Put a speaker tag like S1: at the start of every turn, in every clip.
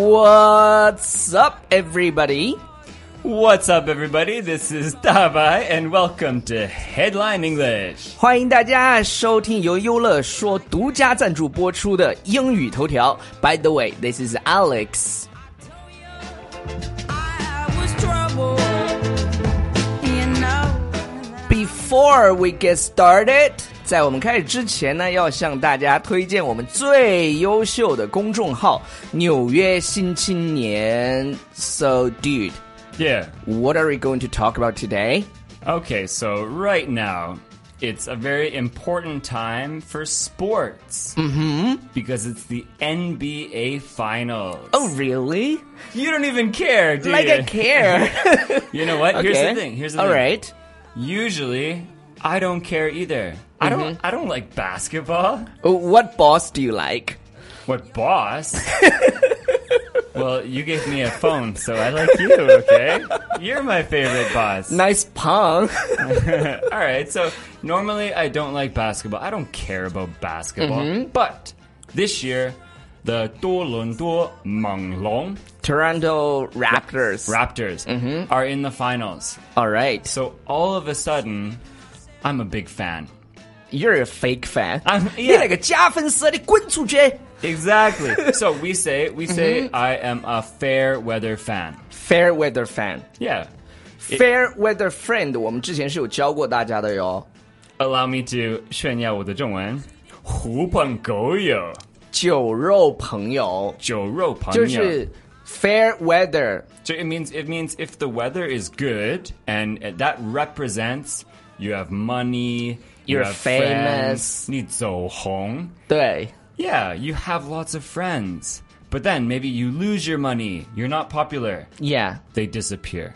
S1: What's up, everybody?
S2: What's up, everybody? This is Dabai, and welcome to Headline English.
S1: 欢迎大家收听由优乐说独家赞助播出的英语头条。By the way, this is Alex. Before we get started，在我们开始之前呢，要向大家推荐我们最优秀的公众号《纽约新青年》。So, dude,
S2: Yeah.
S1: what are we going to talk about today?
S2: Okay, so right now, it's a very important time for sports. Mm-hmm. Because it's the NBA Finals.
S1: Oh, really?
S2: you don't even care, do
S1: Like
S2: you?
S1: I care.
S2: You know what? Here's the thing. Here's the
S1: All
S2: thing.
S1: right.
S2: Usually, I don't care either. I don't.
S1: Mm-hmm.
S2: I don't like basketball.
S1: Uh, What boss do you like?
S2: What boss? well, you gave me a phone, so I like you, okay? You're my favorite boss.
S1: Nice pun.
S2: All right, so normally I don't like basketball. I don't care about basketball. But this year, the 多伦多猛龙
S1: Toronto Raptors.
S2: Raptors are in the finals.
S1: All right.
S2: So all of a sudden, I'm a big fan.
S1: You're a fake fan.
S2: I'm-
S1: 你
S2: yeah.
S1: 那个假粉丝，你滚出去
S2: Exactly. so we say we say I am a fair weather fan.
S1: ！Fair weather fan.
S2: Yeah.
S1: Fair weather friend，我们之前是有教过大家的哟。
S2: Allow me to 炫耀我的中文。狐朋狗友，酒肉朋友，
S1: 酒肉朋友就是 fair weather，
S2: So it means it means if the weather is good and uh, that represents you have money, you
S1: You're
S2: have
S1: famous.
S2: friends, 你走红.
S1: 对
S2: Yeah, you have lots of friends. But then maybe you lose your money. You're not popular.
S1: ，yeah
S2: They disappear.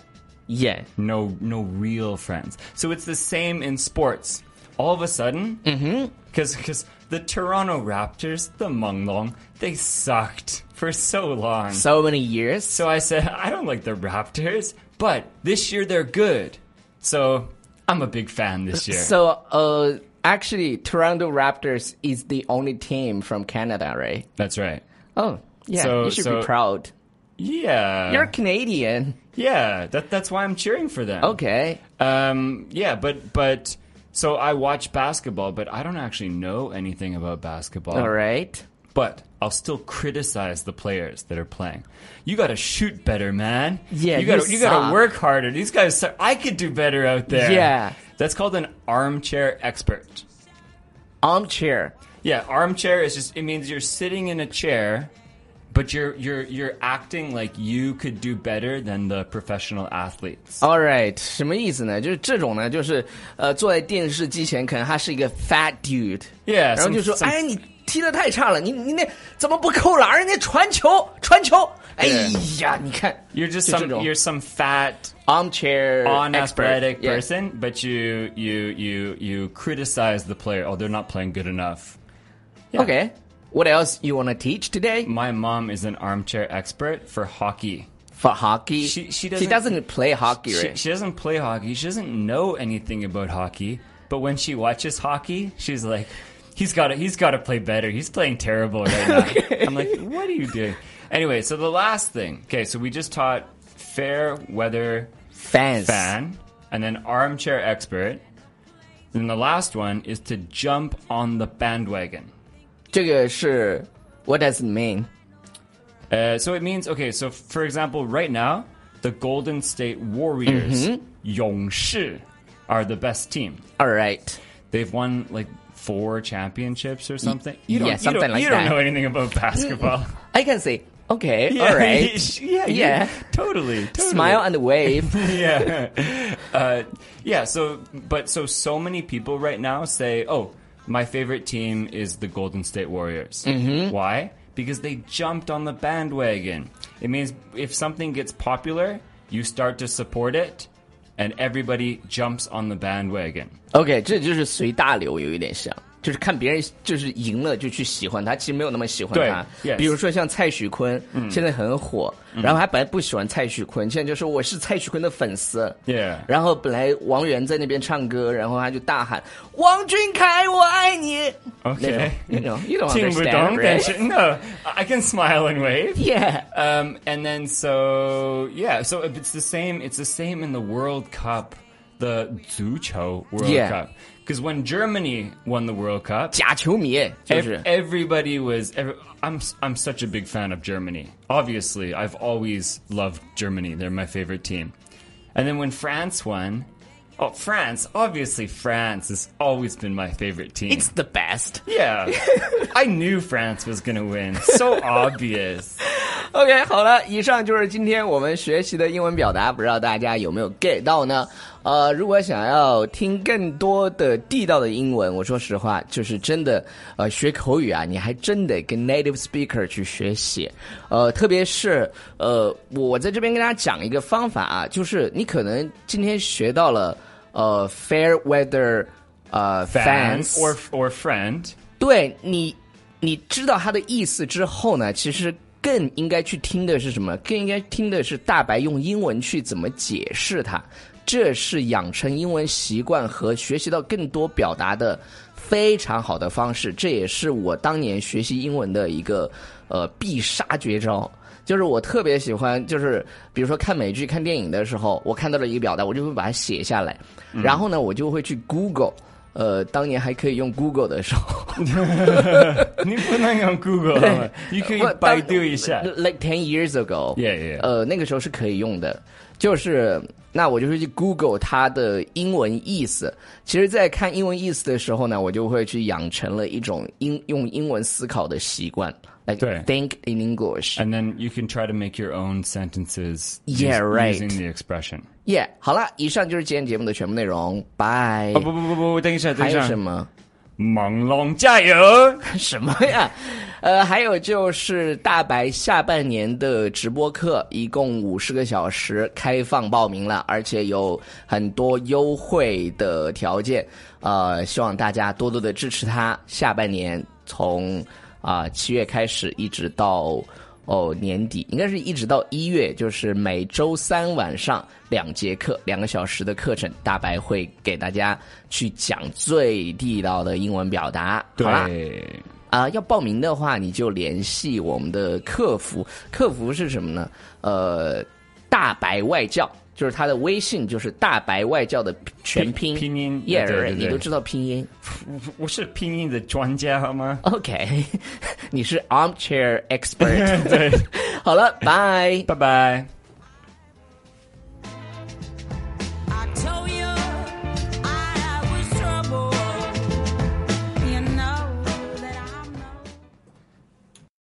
S1: yeah，
S2: No no real friends. So it's the same in sports. All of a sudden,
S1: Mm-hmm.
S2: because because the Toronto Raptors, the Menglong, they sucked for so long.
S1: so many years，
S2: So I said, I don't like the Raptors, but this year they're good. So I'm a big fan this year.
S1: so uh actually Toronto Raptors is the only team from Canada, right?
S2: That's right.
S1: Oh yeah,
S2: So-
S1: you should
S2: so-
S1: be proud.
S2: Yeah.
S1: You're Canadian.
S2: yeah, that, that's why I'm cheering for them.
S1: Okay.
S2: Um, yeah, but but so I watch basketball, but I don't actually know anything about basketball.
S1: All right.
S2: But I'll still criticize the players that are playing. You got to shoot better, man.
S1: Yeah,
S2: you got
S1: you
S2: to you got
S1: suck.
S2: to work harder. These guys, suck. I could do better out there.
S1: Yeah.
S2: that's called an armchair expert.
S1: Armchair.
S2: Yeah, armchair is just it means you're sitting in a chair, but you're you're you're acting like you could do better than the professional athletes.
S1: All right，什么意思呢？就是这种呢，就是呃，坐在电视机前，可能他是一个 fat dude，
S2: Yeah，
S1: 然后就
S2: some-
S1: 说：“
S2: some-
S1: 哎，你踢得太差了，你你那怎么不扣篮？人家传球，传球！哎呀，你看
S2: You're just
S1: 就这
S2: some
S1: 种
S2: you're some fat
S1: ，armchair
S2: unathletic
S1: expert，yeah
S2: person, but you you you you criticize the player. Oh, they're not playing good enough. Yeah.
S1: Okay, what else you wanna teach today
S2: My mom is an armchair expert for hockey.
S1: for hockey?
S2: She-
S1: she
S2: she doesn't-
S1: doesn't play hockey,
S2: She,
S1: right?
S2: she doesn't play hockey. She doesn't know anything about hockey. But when she watches hockey, she's like, "He's got to, he's got to play better. He's playing terrible right now." I'm like, "What are you doing?" Anyway, so the last thing. Okay, so we just taught fair weather
S1: Fans,
S2: fan and then armchair expert. And the last one is to jump on the bandwagon.
S1: 这个是 what does it mean？
S2: Uh, so it means okay. So for example, right now the Golden State Warriors,
S1: Mm-hmm.
S2: Yongshi, are the best team.
S1: All right.
S2: They've won like four championships or something. You don't,
S1: yeah,
S2: you
S1: something
S2: don't-
S1: like
S2: you don't
S1: that.
S2: know anything about basketball.
S1: I can say, okay,
S2: Yeah,
S1: all right.
S2: yeah, you-
S1: Yeah.
S2: totally, totally.
S1: Smile and wave.
S2: yeah, uh, yeah. So, but so so many people right now say, "Oh, my favorite team is the Golden State Warriors." Mm-hmm. Why? Because they jumped on the bandwagon. It means if something gets popular, you start to support it, and everybody jumps on the bandwagon.
S1: OK，这就是随大流，有一点像。就是看别人就是赢了就去喜欢他，其实没有那么喜欢
S2: 对
S1: 他。
S2: yes 嗯
S1: 比如说像蔡徐坤，现在很火，然后他本来不喜欢蔡徐坤，现在就说我是蔡徐坤的粉丝。
S2: Yeah
S1: 然后本来王源在那边唱歌，然后他就大喊王俊凯我爱你。
S2: Okay.
S1: 那种，you know, you don't
S2: Ting
S1: understand,
S2: Budong,
S1: right?
S2: then- No, I can smile and wave.
S1: Yeah.
S2: Um, and then so yeah, so it's the same. It's the same in the World Cup, the Zucho World
S1: Yeah.
S2: Cup, because when Germany won the World Cup,
S1: 假球迷就
S2: ev-
S1: 是
S2: everybody was. Every, I'm s- I'm such a big fan of Germany. Obviously, I've always loved Germany. They're my favorite team. And then when France won, oh France! Obviously, France has always been my favorite team.
S1: it's the best.
S2: yeah, I knew France was gonna win. So obvious.
S1: OK，好了，以上就是今天我们学习的英文表达，不知道大家有没有 get 到呢？呃，如果想要听更多的地道的英文，我说实话，就是真的，呃，学口语啊，你还真得跟 native speaker 去学习，呃，特别是呃，我在这边跟大家讲一个方法啊，就是你可能今天学到了呃 fair weather 呃
S2: fans
S1: fans
S2: or or friend.
S1: 对你，你知道它的意思之后呢，其实更应该去听的是什么？更应该听的是大白用英文去怎么解释它。这是养成英文习惯和学习到更多表达的非常好的方式。这也是我当年学习英文的一个呃必杀绝招。就是我特别喜欢，就是比如说看美剧、看电影的时候，我看到了一个表达，我就会把它写下来，然后呢，我就会去 Google。呃，当年还可以用 Google 的时候，
S2: 你不能用 Google，
S1: 不
S2: 你可以
S1: 当
S2: 百度一下。
S1: Like ten years ago，
S2: Yeah, yeah, yeah.
S1: 呃，那个时候是可以用的，就是那我就会去 Google 它的英文意思。其实，在看英文意思的时候呢，我就会去养成了一种英用英文思考的习惯，like
S2: 对
S1: think in English。
S2: And then you can try to make your own sentences.
S1: Yeah, right.
S2: Using the expression.
S1: Yeah，好了，以上就是今天节目的全部内容，拜。
S2: 啊
S1: 还有什么
S2: 不不不不，等一下，等一下，猛龙加油！
S1: 什么呀？呃，还有就是大白下半年的直播课，一共五十个小时，开放报名了，而且有很多优惠的条件。呃，希望大家多多的支持他。下半年从啊七、月开始，一直到哦年底，应该是一直到一月，就是每周三晚上两节课，两个小时的课程，大白会给大家去讲最地道的英文表达。好啦。啊、要报名的话，你就联系我们的客服。客服是什么呢？呃，大白外教，就是他的微信，就是大白外教的全拼
S2: 拼拼音
S1: 耶，
S2: 对对对
S1: 你都知道拼音。OK，你是 armchair expert。好了，拜。
S2: Bye bye.